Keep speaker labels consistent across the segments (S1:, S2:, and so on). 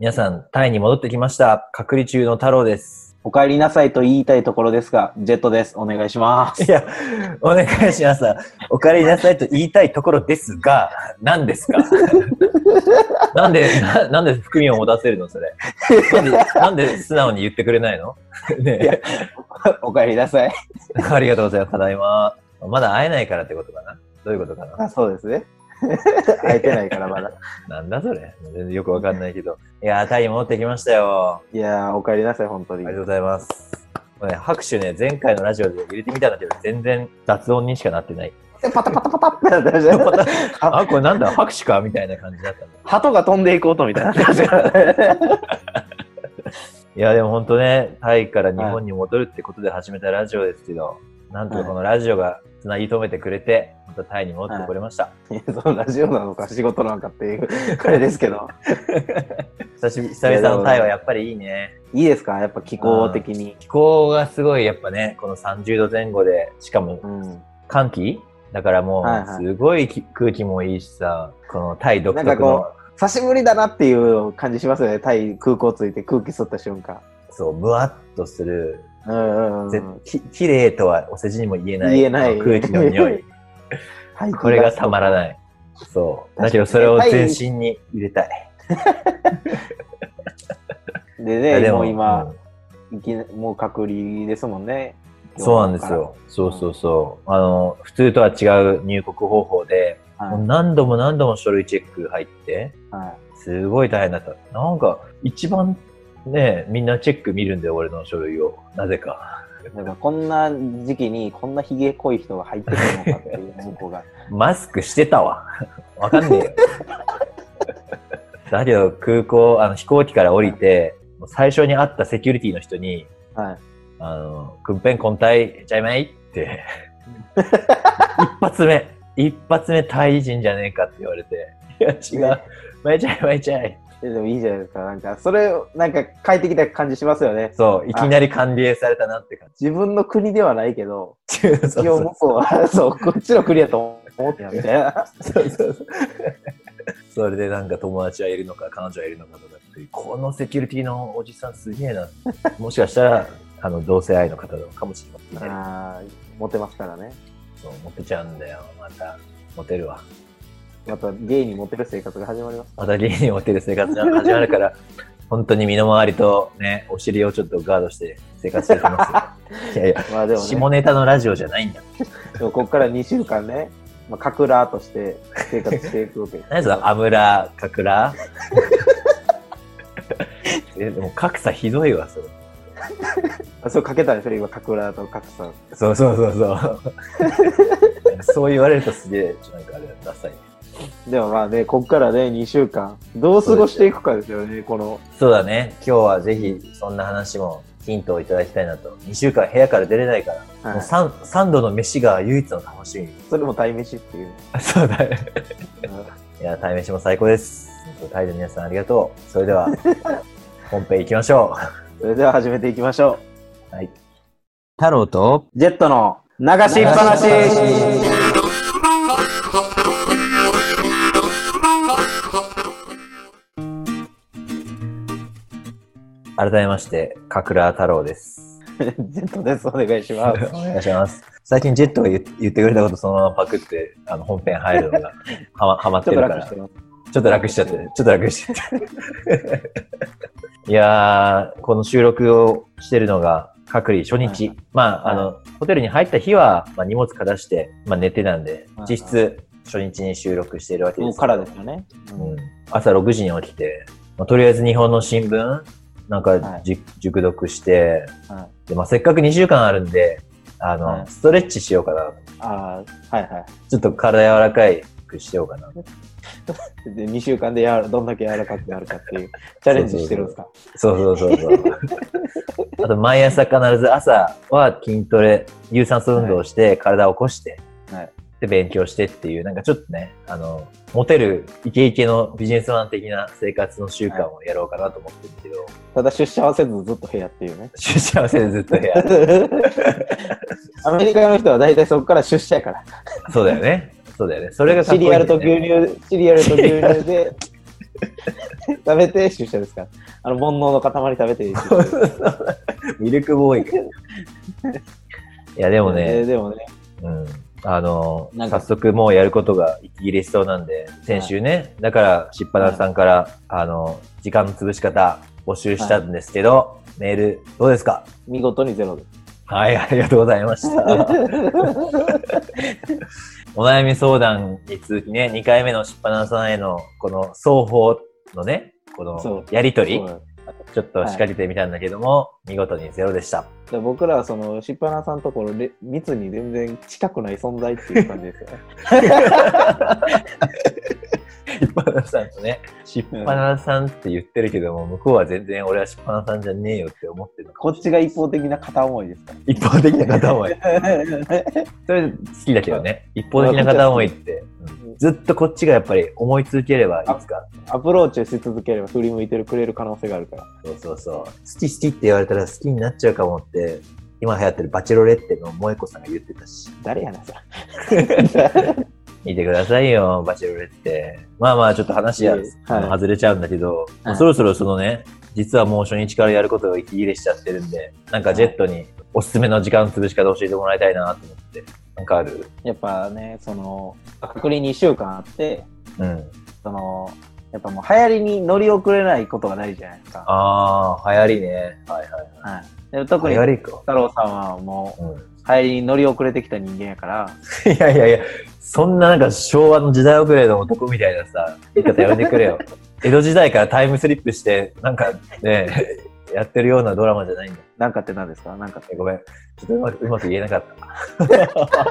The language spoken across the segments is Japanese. S1: 皆さん、タイに戻ってきました。隔離中の太郎です。
S2: お帰りなさいと言いたいところですが、ジェットです。お願いし ます。
S1: いや、お願いします。お帰りなさいと言いたいところですが、何ですかなんで、ななんで含みを持たせるのそれ。なんで、なんで素直に言ってくれないの
S2: い
S1: ね
S2: やお帰りなさい。
S1: ありがとうございます。ただいま。まだ会えないからってことかなどういうことかな
S2: あそうです ね。会えてないからまだ。
S1: なんだそれ全然よくわかんないけど。いやー、タイに戻ってきましたよ。
S2: いやー、お帰りなさい、本当
S1: あり
S2: に
S1: が。とうございます。もうね、拍手ね、前回のラジオで入れてみたんだけど、全然雑音にしかなってない。
S2: パタパタパタってなってました ね
S1: また あ、これ なんだ拍手かみたいな感じだったんだ。
S2: 鳩が飛んでいく音みたいになってましたね
S1: いや、でも本当ね、タイから日本に戻るってことで始めたラジオですけど、なんとかこのラジオがつなぎ止めてくれて、またタイに戻ってこれました。
S2: いや そのラジオなのか仕事なのかっていう、 あれですけど。
S1: 久しぶり久々のタイはやっぱりいいね。
S2: いいですかやっぱ気候的に。
S1: 気候がすごいやっぱね、この30度前後で、しかも
S2: うん。
S1: 寒気だからも
S2: はいは
S1: う、
S2: い
S1: すごいき空気もいいしさ、このタイ独
S2: な
S1: 特
S2: んかこ
S1: の、
S2: 久しぶりだなっていう感じしますよね。タイ空港着いて空気吸った瞬間。
S1: そう、むわっとする、
S2: うんうんう
S1: ぜ
S2: ん。
S1: ききれいとはお世辞にも言えない
S2: 言えない
S1: 空気の匂 い。
S2: はい
S1: これがたまらない。そう。だけどそれを全身に入れたい。
S2: で
S1: いや
S2: ね、
S1: で
S2: もう今、
S1: う
S2: いきなもう隔離ですもんね。
S1: んそうなんですよ。そうそうそう。あの、普通とは違う入国方法で、
S2: はい。
S1: もう何度も何度も書類チェック入って、
S2: は
S1: すごい大変だった。なんか、一番ね、みんなチェック見るんだよ、俺の書類を。なぜか。
S2: い。なんかこんな時期にこんなひげ濃い人が入ってくるのかっていう向こうが。
S1: マスクしてたわ。 わかんねえよ。 だけど、空港、あの、飛行機から降りて、もう最初に会ったセキュリティの人に、
S2: はい。
S1: あの、くんぺんこんたいちゃいまいって。一発目、一発目タイ人じゃねえかって言われて。いや、違う。まいちゃいまいちゃい。
S2: えでもいいじゃないですか。なんか、それ、なんか帰ってきた感じしますよね。
S1: そう、いきなり歓迎されたなって感
S2: 自分の国ではないけど、
S1: じ。そうそう
S2: 一応向こう は、そう、こっちの国やと思って たみたいな。
S1: そうそうそう。それでなんか友達はいるのか、彼女はいるのかとかって、このセキュリティのおじさんすげえな。もしかしたら、あの、同性愛の方なのかもしれませんね。
S2: あーモテますからね。
S1: そう、モテちゃうんだよ。また、モテるわ。
S2: また、ゲイにモテる生活が始ま ります。
S1: また芸人を追ってる生活が始まる から、本当に身の回りとね、お尻をちょっとガードして生活していきますよ。 いやいや、
S2: まあでもね。
S1: 下ネタのラジオじゃないんだ。
S2: でもここから2週間ね、まあ、カクラーとして生活していくわけです。
S1: 何そのアムラ、カク ラえでも格差ひどいわ、それ。
S2: あそうかけたんでしょ今、カクラーとカクさん。
S1: そうそうそうそう。 そう言われるとすげえ、ちょっとなんかあれダサいね。
S2: でもまあね、ここからね、2週間、どう過ごしていくかですよね、この。
S1: そうだね。今日はぜひそんな話もヒントをいただきたいなと。2週間部屋から出れないから、
S2: は
S1: もう
S2: い、
S1: 三三度の飯が唯一の楽しみ。
S2: それも対飯っていうね。
S1: そうだね。
S2: うん
S1: いや、対面しも最高です。タイの皆さんありがとう。それで は、本編行きましょ
S2: それでは始めていきましょ
S1: う。はい。太郎と、
S2: う。ジェットの流しっぱなし
S1: 改めまして、かくら太郎です。
S2: ジェットです、お願いし
S1: お
S2: ます。
S1: 願いします。 最近ジェットが言言ってくれたことそのままパクって、あの、本編入るのが、はま、はまっ
S2: ち
S1: て
S2: ょっと
S1: るか
S2: 楽
S1: ら
S2: し、てます。
S1: ちょっと楽しちゃって、ちょっと楽しちゃ って。いやー、この収録をしてるのが、隔離初日。
S2: はい
S1: まあ、あの、ホテルに入った日は、まあ、荷物か出して、まあ、寝てなんで
S2: は、い
S1: 実質、初日に収録しているわけ
S2: こ
S1: で
S2: こ
S1: す
S2: からですよね。
S1: うん、朝6時に起きて、まあ、とりあえず日本の新聞なんかじ、
S2: はい
S1: 熟読して
S2: はい
S1: で、まあ、せっかく2週間あるんであの、
S2: はい
S1: ストレッチしようかな
S2: ああ、はいは。
S1: ちょっと体柔らかいくしようかない
S2: で、2週間でやるどんだけ柔らかくなるかっていうチャレンジしてるんですか。
S1: そうそうそうそう あと毎朝必ず朝は筋トレ有酸素運動をして体を起こして、
S2: はい
S1: で勉強してっていうなんかちょっとねあのモテるイケイケのビジネスマン的な生活の習慣をやろうかなと思ってるけど、
S2: ただ出社はせずずっと部屋っていうね。
S1: 出社はせずずっと部屋
S2: アメリカの人は大体そこから出社やから。
S1: そうだよね。そうだよね。それがかっこい
S2: シ
S1: い
S2: リ
S1: んだ
S2: ア
S1: よ
S2: ル
S1: ね
S2: と牛乳、シリアルと牛乳で食べて出社ですかあの、煩悩の塊食べて出社ですか
S1: ミルクボーイか。いや、でもね
S2: え、ーでもね、
S1: うん、あの
S2: なん
S1: 早
S2: か
S1: 速もうやることが息切れしそうなんで先週ね、だからしっぱなさんから、あの時間の潰し方募集したんですけど、メールどうですか
S2: 見事にゼロです。
S1: はいありがとうございました お悩み相談に続きね2回目のしっぱなさんへのこの双方のねこ
S2: そ
S1: のやりとり
S2: そうなんです
S1: ちょっと仕掛けてみたんだけども、見事にゼロでした
S2: だから僕らはその、しっぱなさんところで、密に全然近くない存在っていう感じですよね。
S1: しっぱなさんとね、しっぱなさんって言ってるけども、向こうは全然俺はしっぱなさんじゃねえよって思ってるの
S2: こっちが一方的な片思いですか
S1: 一方的な片思い。
S2: ら。
S1: それ好きだけどね、一方的な片思いって、うんずっとこっちがやっぱり思い続ければいつか。
S2: アプローチをし続ければ振り向いてくれる可能性があるから。
S1: そうそうそう。好き好きって言われたら好きになっちゃうかもって、今流行ってるバチェロレッテの萌子さんが言ってたし。
S2: 誰やな、そ れ。
S1: 見てくださいよ、バチェロレッテ。まあまあ、ちょっと話は、
S2: はい
S1: あの外れちゃうんだけど、まあ
S2: はい
S1: そろそろそのね、実はもう初日からやることが息切れしちゃってるんで、なんかジェットにおすすめの時間潰し方教えてもらいたいなと思って、なんかある
S2: やっぱね、その、隔離2週間あって、
S1: うん。
S2: その、やっぱもう流行りに乗り遅れないことが大事じゃないですか。
S1: あー、流行りね。はいは
S2: はい、で特
S1: い。
S2: に
S1: 流行
S2: 太
S1: りか。
S2: 郎さんはも
S1: うん
S2: う、流行りに乗り遅れてきた人間やから、
S1: いやいやいや、そんななんか昭和の時代遅れの男みたいなさ、言い方やめてくれよ。 江戸時代からタイムスリップして、なんかね、 やってるようなドラマじゃないんだ。
S2: なんかって何ですかなんかって。
S1: ごめん。ちょっとうまくうまく言えなかった。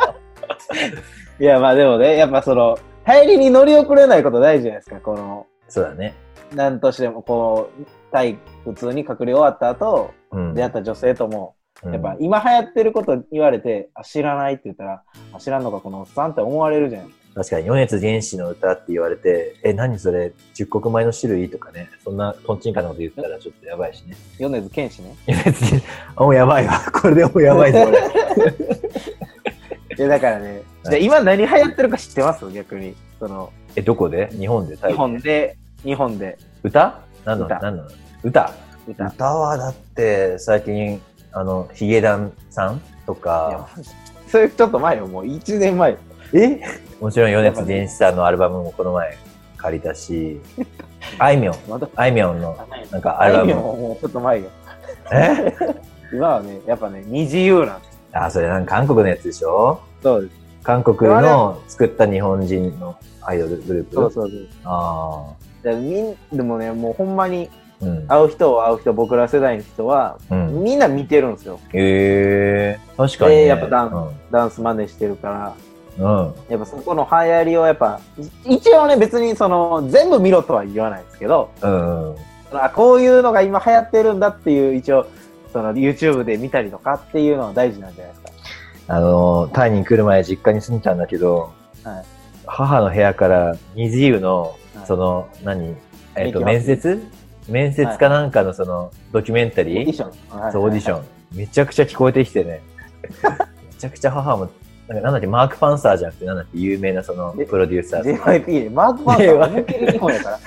S2: いや、まあでもね、やっぱその、流行りに乗り遅れないこと大事じゃないですか。この、
S1: そうだね。
S2: なんとしても、こう、対、普通に隔離終わった後、
S1: うん。
S2: 出会った女性とも、
S1: うん
S2: やっぱ今流行ってること言われて、あ知らないって言ったら、あ知らんのかこのおっさんって思われるじゃない
S1: 確かに、米津玄師の歌って言われて、え、何それ、十国米の種類とかね、そんなトンチンカンなこと言ったらちょっとやばいしね。
S2: 米津玄師ね。
S1: 米津玄師、 あもうやばいわ。これでもうやばいぞ、俺。
S2: いやだからね、じゃ
S1: は
S2: あ
S1: い
S2: 今何流行ってるか知ってます逆に。その、
S1: え、どこで日本でタイ
S2: 日本で、日本で
S1: 歌何の
S2: 歌
S1: 何の歌
S2: 歌。い
S1: はだって、最近、あの、ヒゲダンさんと
S2: や
S1: か、
S2: それちょっと前よ、もう1年前。
S1: えもちろん米津玄師さんのアルバムもこの前借りた し、あいみょん、
S2: まだ、
S1: あいみょんの、なんかア
S2: あ
S1: ルバ
S2: いみ
S1: ム
S2: ょん
S1: も。
S2: ももうちょっと前よ。
S1: え
S2: 今はね、やっぱね、二自由なんです。
S1: あ、それなんか韓国のやつでしょ
S2: そうです。
S1: 韓国の作った日本人のアイドルグループ
S2: そうそうそう。
S1: あ
S2: だからみんでもね、もうほんまに
S1: あ。うん。
S2: 会う人は会う人、僕ら世代の人は、
S1: うん。
S2: みんな見てるんですよ。
S1: へえ確かに、ね。
S2: でやっぱダンダンス真似してるから。
S1: うん。うん。
S2: やっぱそこの流行りをやっぱ、い一応ね、別にその、全部見ろとは言わないですけど、
S1: うんうん。
S2: あこういうのが今流行ってるんだっていう、一応、その YouTube で見たりとかっていうのは大事なんじゃないです
S1: あの、タイに来る前実家に住んでたんだけど、
S2: はい
S1: 母の部屋から二自由の、
S2: はい
S1: その、何えっ、と、
S2: ミッキーマ
S1: 面
S2: ウス
S1: 接面接かなんかのその、ドキュメンタ
S2: か。オーデ
S1: リ
S2: ィ
S1: ー
S2: ション。はい
S1: そう、オーディション。めちゃくちゃ聞こえてきてね。めちゃくちゃ母も、なんかなんだっけ、マーク・パンサーじゃなくて、なんだっけ、有名なその、
S2: え
S1: プロデューサー。
S2: JYP で、マーク・パンサーは思いっきり日本や から。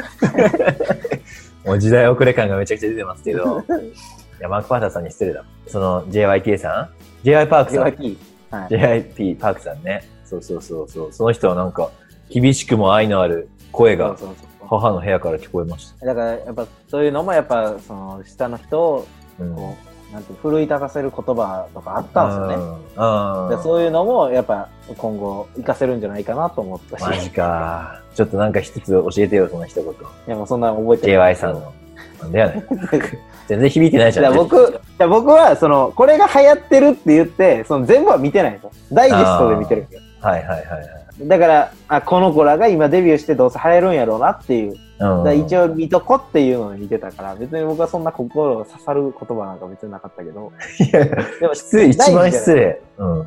S1: もう時代遅れ感がめちゃくちゃ出てますけ ど、いや、マーク・パンサーさんに失礼だ。その JYK さん ?JY パークさん
S2: JYP。はい。
S1: ?JYP パークさんね。そうそうそうそう。その人はなんか、厳しくも愛のある声
S2: そう
S1: が
S2: そうそ
S1: 母の部屋から聞こえまし
S2: う。だから、やっぱ、そういうのも、やっぱ、その、下の人を、
S1: た。うん。
S2: こう、なんていう、奮い立たせる言葉とかあったんですよね。
S1: うん。
S2: でそういうのも、やっぱ、今後、活かせるんじゃないかなと思ったし。
S1: マジか。ちょっとなんか一つ教えてよ、その一言。
S2: いや、もうそんな覚えて
S1: JY さん の。なんだよね。全然響いてないじ
S2: じゃ
S1: ゃ
S2: あ
S1: ん。
S2: 僕、じゃあ僕は、その、これが流行ってるって言って、その全部は見てないんですよ。ダイジェストで見てるんですよ。
S1: はいはいはいはい。
S2: だから、あ、この子らが今デビューしてどうせ流行るんやろうなっていう。
S1: うん
S2: だから一応、見とこっていうので見てたから、別に僕はそんな心を刺さる言葉なんか別になかったけど。
S1: いや
S2: でも、
S1: 失礼、一番失礼。うん。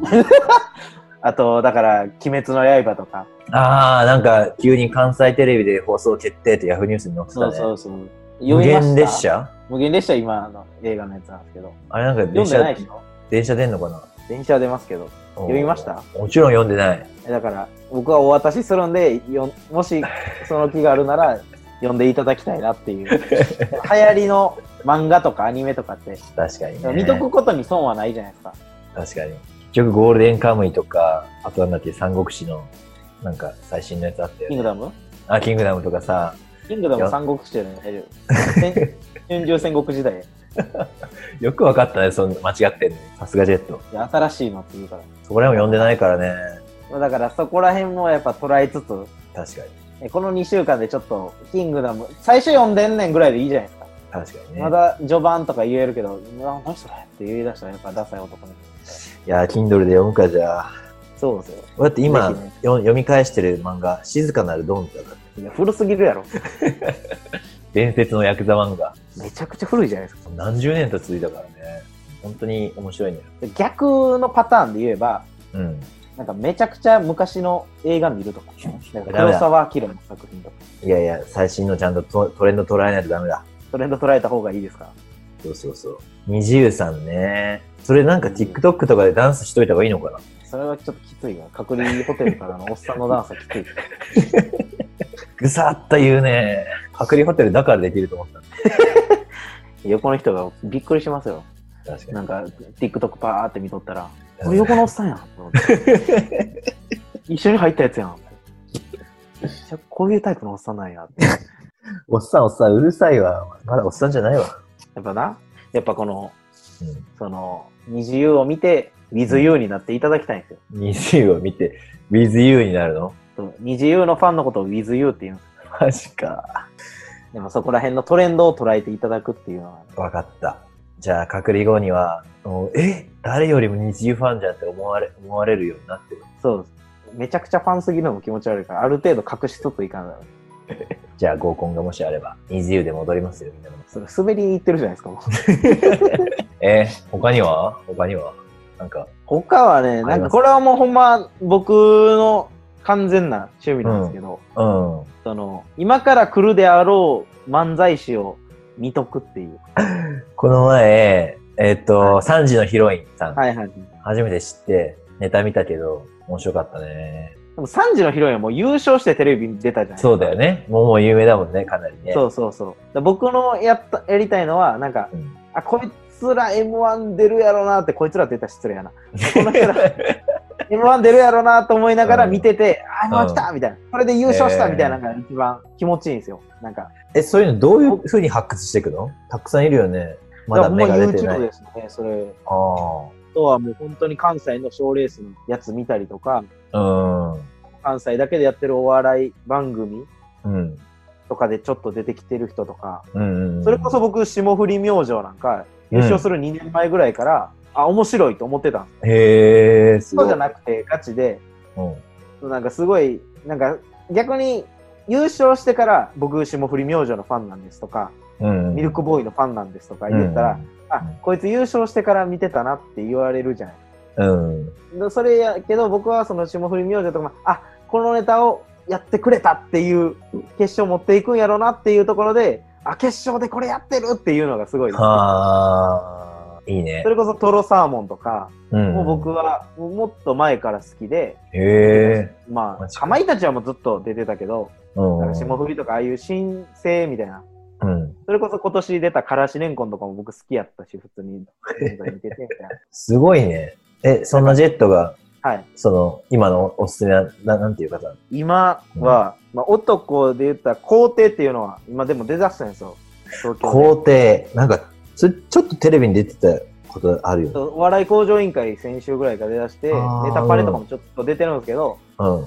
S2: あと、だから、鬼滅の刃とか。
S1: ああ、なんか急に関西テレビで放送決定ってヤフーニュースに載ってたね。
S2: うそう。
S1: 無
S2: 読みました
S1: 限列車
S2: 無限列車今の映画のやつなんですけど。
S1: あれなんか
S2: 読
S1: 電
S2: んでな
S1: 車
S2: いで、しょ
S1: 電車出んのかな
S2: 電車は出ますけど。
S1: 読
S2: みました
S1: もちろん読んでない。
S2: だから、僕はお渡しするんで、よもしその気があるなら、読んでいただきたいなっていう。流行りの漫画とかアニメとかって、
S1: 確かに、ね。
S2: 見とくことに損はないじゃないですか。
S1: 確かに。結局、ゴールデンカムイとか、あとなんだっけ、三国志の、なんか、最新のやつあったよ
S2: キン
S1: ね。
S2: グダム
S1: あ、キングダムとかさ、
S2: キングダ
S1: い
S2: ム
S1: や
S2: 三国志でやる。戦春秋戦国時代。
S1: よくわかったね、その間違ってんのにさすがジェット。
S2: で新しいのって言うから
S1: そこら辺も読んでないからね。
S2: まあ。だからそこら辺もやっぱ捉えつ
S1: 確
S2: つ、
S1: かに。
S2: えこの2週間でちょっと、キングダム、最初読んでんねんぐらいでいいじゃないですか。
S1: 確かにね。
S2: まだ序盤とか言えるけど、うわ、何それって言い出したらやっぱダサい男に。
S1: いやー、Kindle で読むかじゃあ。
S2: そうですよ。
S1: だって今、
S2: ぜひね
S1: よ読み返してる漫画、静かなるドンだから。
S2: いや、古すぎるやろ。
S1: 伝説のヤクザ漫画。
S2: めちゃくちゃ古いじゃないですか。
S1: 何十年と続いたからね。本当に面白いね。
S2: で逆のパターンで言えば、
S1: うん。
S2: なんかめちゃくちゃ昔の映画見るとか、なんか
S1: ダメ
S2: 黒
S1: だ
S2: 沢明の作品とか、
S1: いやいや、最新のちゃんとトトレンド捉えないとダメだ。
S2: トレンド捉えた方がいいですか
S1: そうそうそう。二重さんね。それなんか TikTok とかでダンスしといた方がいいのかな
S2: それはちょっときついわ。隔離ホテルからのおっさんのダンスはきつい。
S1: ぐさっと言うね。隔離ホテルだからできると思った。
S2: 横の人がびっくりしますよ。
S1: 確か
S2: な
S1: に。
S2: んか、TikTok パーって見とったら、これ横のおっさんやん。一緒に入ったやつやん。じゃあこういうタイプのおっさんなんや。や
S1: おっさんおっさんうるさいわ。まだおっさんじゃないわ。
S2: っぱな、やっぱこの、
S1: うん
S2: その、二次優を見て、WithYou になっていただきたいんですよ。
S1: 二重を見て、WithYou になるの
S2: そう二次優のファンのことを WithYou っていうんです。
S1: マジか。
S2: でもそこら辺のトレンドを捉えていただくっていうのは、
S1: わかった。じゃあ、隔離後には、もうえ誰よりも二重ファンじゃんって思われ、思われるようになってる。
S2: そうです。めちゃくちゃファンすぎるのも気持ち悪いから、ある程度隠しつついかない。
S1: じゃあ、合コンがもしあれば、二重で戻りますよ、みんなの。
S2: それ滑りに行ってるじゃないですか、もう
S1: えー他には他にはなんか、
S2: 他はね、
S1: あり
S2: なん
S1: ま
S2: か
S1: す
S2: これはもうほんま僕の完全な趣味なんですけど、
S1: うん。
S2: その、今から来るであろう漫才師を見とくっていう。
S1: この前、えっ、と、3時のヒロインさん、
S2: はいはい。で
S1: 初めて知って、ネタ見たけど、面白かったね。
S2: も3時のヒロインはもう優勝してテレビに出たじゃないですか。
S1: そうだよね。もうもう有名だもんね、かなりね。。
S2: そううそうそう。で僕のやった、やりたいのは、なんか、
S1: ん、
S2: あ、こいつら M1 出るやろなって、こいつらって言ったら失礼やな。この人ら M1 出るやろなと思いながら見てて、あ、M1 来たみたいな。これで優勝したみたいなのが一番気持ちいいんですよ。なんか、
S1: え、そういうのどういうふうに発掘していくのたくさんいるよね。まだ
S2: ほんま
S1: 芽が出て
S2: YouTube
S1: ない。
S2: ですね、それ。
S1: あ
S2: あとはもう本当に関西の賞ーレースのやつ見たりとか、
S1: あ。
S2: 関西だけでやってるお笑い番組
S1: うん。うん。
S2: とかでちょっと出てきてる人とか、
S1: うん、うん。
S2: それこそ、僕、霜降り明星なんか、
S1: うん
S2: 優勝する2年前ぐらいから、あ、面白いと思ってたんです。
S1: へえ、す
S2: そ
S1: ご
S2: う
S1: い。
S2: じゃなくて、ガチで、
S1: うん。
S2: なんかすごい、なんか逆に優勝してから、僕、霜降り明星のファンなんですとか、
S1: うん。
S2: ミルクボーイのファンなんですとか言ったら、あ、こいつ優勝してから見てたなって言われるじゃない。
S1: うん。うん。
S2: でそれやけど僕はその霜降り明星とかもあこのネタをやってくれたっていう決勝持っていくんやろうなっていうところであ決勝でこれやってるっていうのがすごいです
S1: はあ。いいね
S2: そ。れこそトロサーモンとか、
S1: うん。
S2: もう僕。はもっと前から好きで、
S1: へえ。
S2: ま
S1: マ
S2: あ
S1: ジか
S2: かまいたちはもうずっと出てたけど、
S1: うん。
S2: なんか霜降りとかああいう新生みたいな、
S1: うん。
S2: それこそ今年出たからしれんこんとかも僕好きやったし、普 通に現在見ててみたい
S1: すごいね。え、そんなジェットが、
S2: な。はい。
S1: その、今のおすすめな、ななんていう方
S2: 今は、まあ、男で言ったら皇帝っていうのは今でも出だしたんですよ東京で
S1: 皇帝、なんか、それちょっとテレビに出てたことあるよね。
S2: お笑い向上委員会先週ぐらいから出だしてネ
S1: あー
S2: タパレとかもちょっと出てるんですけど
S1: うん。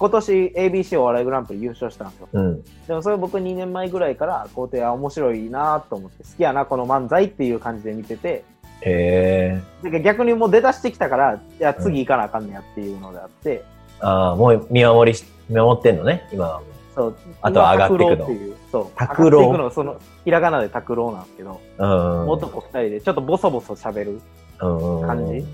S2: 今年 ABC お笑いグランプリ優勝したんですよ
S1: うん。
S2: でもそれ僕2年前ぐらいから皇帝は面白いなと思って好きやなこの漫才っていう感じで見てて
S1: へえ。
S2: で逆にもう出だしてきたからいや次行かなあかんねやっていうのであって、
S1: ああ、もう見守りし、見守ってんのね、今は。
S2: そう
S1: あとは上がっていくの
S2: 今拓郎っていうそう
S1: 拓郎
S2: 上がっていくのそのひらがなで拓郎なんですけど
S1: うん。
S2: 男二人でちょっとボソボソ喋る。
S1: うんうん
S2: 感じ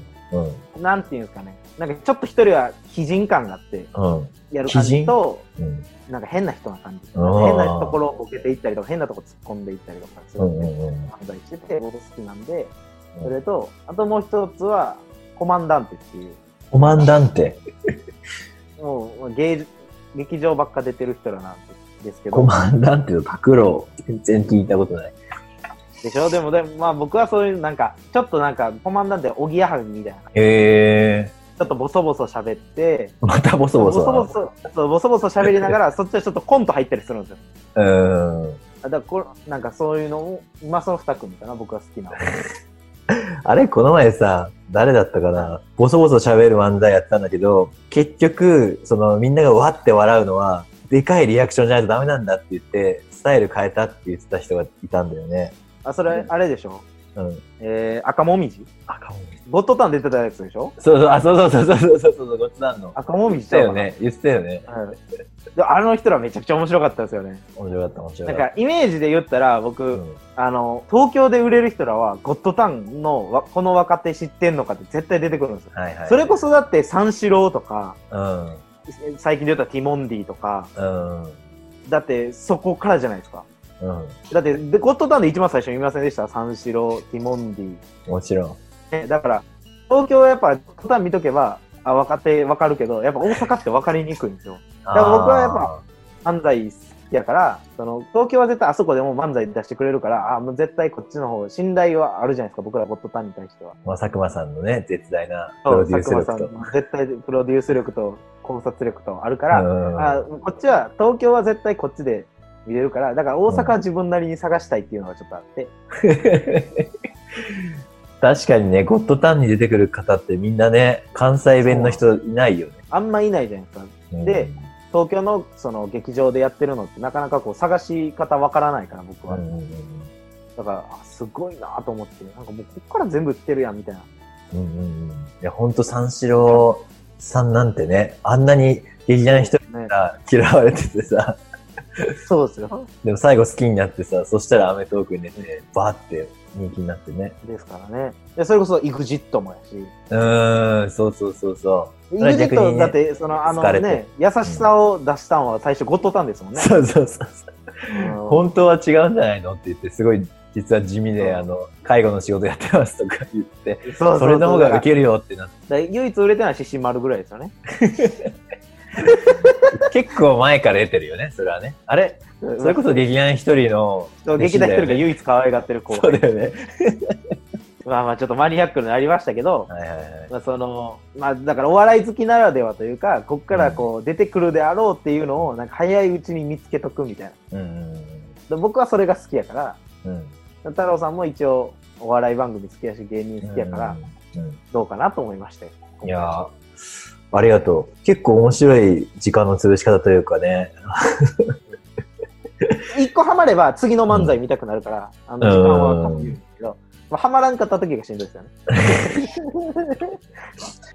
S1: うん。
S2: なんていうんですかね。なんかちょっと一人は非人感があって、
S1: うん。
S2: やる感じと、
S1: うん。
S2: なんか変な人な感じ。
S1: あ
S2: 変
S1: ー
S2: なところをボケていったりとか、変なとこ突っ込んでいったりとかす
S1: う
S2: る
S1: ん。うんん。う
S2: で、
S1: ん。
S2: 漫才してて、僕好きなんで、
S1: うん
S2: それと、あともう一つは、コマンダンテっていう、
S1: コマンダンテ。
S2: もう芸術、劇場ばっか出てる人らなんですですけ
S1: コ
S2: ど。
S1: マンダンテの拓郎、全然聞いたことない。
S2: でしょでも、でも、まあ僕はそういう、なんか、ちょっとなんか、コマンダンテ、おぎやはぎみたいな。
S1: へえ
S2: ちょっとボソボソ喋って、
S1: ー、またボソボソな
S2: ボソボソそうボソボソ喋りながら、そっちはちょっとコント入ったりするんですよ。
S1: うーん。
S2: だからこれ、なんかそういうのを、今その二組かな、僕は好きなの。
S1: あれこの前さ、誰だったかなボソボソ喋る漫才やったんだけど、結局、そのみんながわって笑うのは、でかいリアクションじゃないとダメなんだって言って、スタイル変えたって言ってた人がいたんだよね。
S2: あ、それ、あれでしょ
S1: うん。
S2: えー、赤もみじ
S1: 赤もみじ。
S2: ゴッドタン出てたやつでしょ
S1: そうそう、あ、そうそうそうそうそうそうそう、ごちなんの。
S2: 赤もみ
S1: 言っ
S2: じ
S1: てた
S2: だ
S1: よ。ね。言ってたよね。
S2: はいであの人らめちゃくちゃ面白かったですよね。
S1: 面白かった、面白か
S2: なん
S1: った。
S2: かイメージで言ったら僕、
S1: うん
S2: あの東京で売れる人らはゴッドタンのわこの若手知ってんのかって絶対出てくるんですよ。
S1: はいはい。
S2: それこそだって三四郎とか
S1: そ、うん。
S2: 最近で言ったらティモンディとか
S1: うん。
S2: だってそこからじゃないですか。
S1: うん。
S2: だってでゴッドタンで一番最初見ませんでした三四郎ティモンディ、
S1: もちろん。
S2: ねだから東京はやっぱゴッドタン見とけばあ若手わかるけどやっぱ大阪って分かりにくいんですよ。
S1: だ
S2: から僕はやっぱ漫才好きやから、その、東京は絶対あそこでも漫才出してくれるから、あもう絶対こっちの方、信頼はあるじゃないですか、僕らゴッドタンに対しては。
S1: まあ、佐久間さんのね、絶大なプロデュース力
S2: 佐
S1: と
S2: 久。間さん、絶対プロデュース力と考察力とあるか
S1: う
S2: ら、
S1: ん
S2: あこっちは、東京は絶対こっちで見れるから、だから大阪は自分なりに探したいっていうのがちょっとあって、
S1: 確かにね、ゴッドタンに出てくる方ってみんなね、関西弁の人いないよね。
S2: あんまいないじゃないですか。
S1: うん
S2: で、東京のその劇場でやってるのってなかなかこう探し方わからないから僕
S1: う
S2: は。
S1: んうん
S2: だから、あすごいなと思って、なんかもうこっから全部売ってるやんみたいな。
S1: うんうんうんいや、ほんと三四郎さんなんてね、あんなに劇団の人
S2: ね、
S1: が嫌われててさ、
S2: そうですよ。
S1: でも最後好きになってさ、そしたらアメトークに出て、バーって人気になってね。
S2: ですからね。でそれこそ EXIT もやし。
S1: うーん、そうそうそうそそれは逆にね
S2: EXIT だって、その、あの
S1: 疲れて
S2: ね、優しさを出したのは最初ゴッドタンですもん
S1: う。
S2: ね。
S1: そうそうそうそう。
S2: あの
S1: 本当は違うんじゃないのって言って、すごい実は地味
S2: う
S1: で、
S2: ん
S1: あの、介護の仕事やってますとか言って、
S2: そうそうそう
S1: それの方がウケるよってなって、
S2: だから唯一売れてない獅子丸ぐらいですよね。
S1: 結構前から得てるよね、それはね。あれ
S2: そ
S1: それこそ劇団一人の、
S2: そう劇団一人が唯一可愛がってる子。
S1: そうだよね。
S2: まあまあちょっとマニアックになりましたけど、
S1: はいはいはい。
S2: まあその、まあだからお笑い好きならではというか、こっからこう出てくるであろうっていうのを、なんか早いうちに見つけとくみたいな。
S1: うん
S2: で僕はそれが好きやから、
S1: うんうん。うん
S2: 太郎さんも一応お笑い番組好きやし、芸人好きやから、、
S1: うん
S2: どうかなと思いましたよ。
S1: いやーありがとう。結構面白い時間の潰し方というかね。
S2: 一個ハマれば次の漫才見たくなるから、あの時間はかもしれないけど、まあ、ハマらんかった時がしんどいですよね。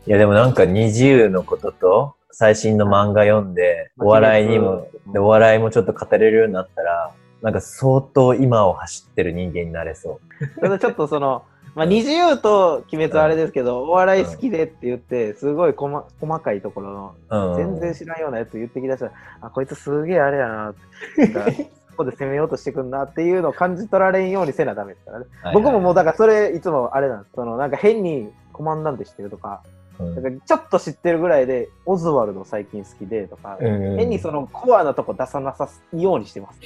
S1: いやでもなんか20のことと、最新の漫画読んで、お笑いにも、で、お笑いもちょっと語れるようになったら、なんか相当今を走ってる人間になれそ
S2: ただちょっと その、まあ、二自由と鬼滅はあれですけど、お笑い好きでって言って、すごいこ、ま、細かいところ
S1: う。うん
S2: の、全然知らんようなやつ言ってきだしたら、あ、こいつすげえあれやなって、なんか ここで攻めようとしてくんなっていうのを感じ取られんようにせなダメですからね。
S1: はいはい
S2: 僕ももうだからそれいつもあれなんです。そのなんか変にコマンダンテ知ってるとか、
S1: うん
S2: なんかちょっと知ってるぐらいで、オズワルド最近好きでとか、
S1: うん
S2: 変にそのコアなとこ出さなさすようにしてます。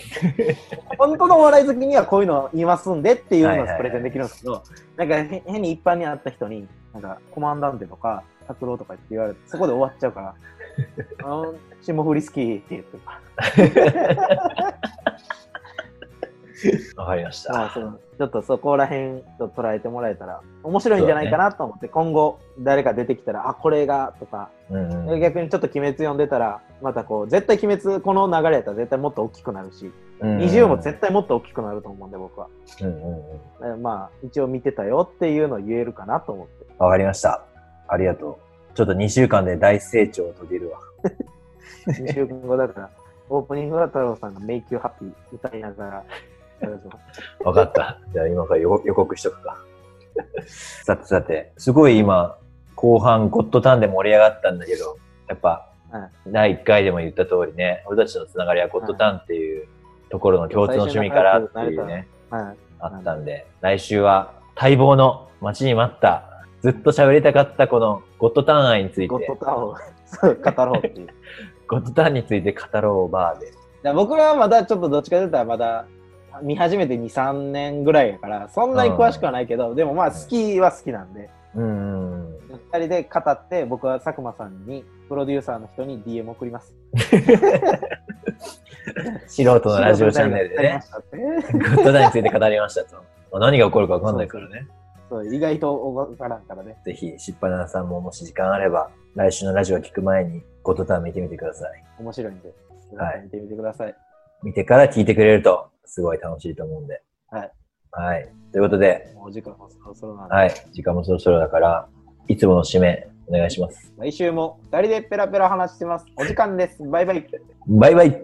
S2: 本当のお笑い好きにはこういうの言いますんでっていうの
S1: はいはいは
S2: を
S1: い
S2: プレゼンできるんですけど、なんかへ変に一般に会った人に、なんかコマンダンテとか、拓郎とかって言われて、そこで終わっちゃう から、あの、霜降り好きって言って、
S1: わかりました。
S2: まあ、そのちょっとそこら辺と捉えてもらえたら、面白いんじゃないかなと思って、今後誰か出てきたら、あ、これがとか、
S1: うんうん
S2: 逆にちょっと鬼滅読んでたら、またこう、絶対鬼滅、この流れやったら絶対もっと大きくなるし、
S1: うん
S2: 二重も絶対もっと大きくなると思うんで、僕は。
S1: うんうんうん
S2: えまあ、一応見てたよっていうのを言えるかなと思 って。
S1: わかりました。ありがとう。ちょっと2週間で大成長を遂げるわ。
S2: 2週間後だから、オープニングは太郎さんが迷宮ハッピー歌いながら、
S1: わかった。 じゃあ今から予予告しとくか。 さてさて、すごい今、後半ゴッドタンで盛り上がったんだけど、やっぱ、第1回でも言った通りね、俺たちのつながりはゴッドタンっていうところの共通の趣味からっていうね、
S2: はい。
S1: あったんで、来週は待望の待ちに待った、ずっと喋りたかったこのゴッドタン愛について、
S2: ゴッドタンをそう語ろうっていう。
S1: ゴッドタンについて語ろうバーで
S2: ら僕らはまだちょっとどっちかというとまだ見始めて2、3年ぐらいやから、そんなに詳しくはないけど、でもまあ好きは好きなんで、
S1: うん。うん
S2: 二人で語って、僕は佐久間さんに、プロデューサーの人に DM 送ります。
S1: 素人のラジオチャンネルでね、
S2: 知らないことになりまし
S1: グ
S2: たって。
S1: ッドダイについて語りました と。まあ何が起こるかわかんないからね。
S2: そう、意外とわからんからね。
S1: ぜひ、しっぱなさんももし時間あれば、来週のラジオ聞く前に、ゴッドタン見てみてください。
S2: 面白いんで、
S1: はい
S2: 見てみてください。
S1: 見てから聞いてくれると、すごい楽しいと思うんで。
S2: はい。
S1: はい。ということで、
S2: もうお時間もそろそろなんで、
S1: はい。時間もそろそろだから、いつもの締め、お願いします。
S2: 来週も二人でペラペラ話してます。お時間です。バイバイ。
S1: バイバイ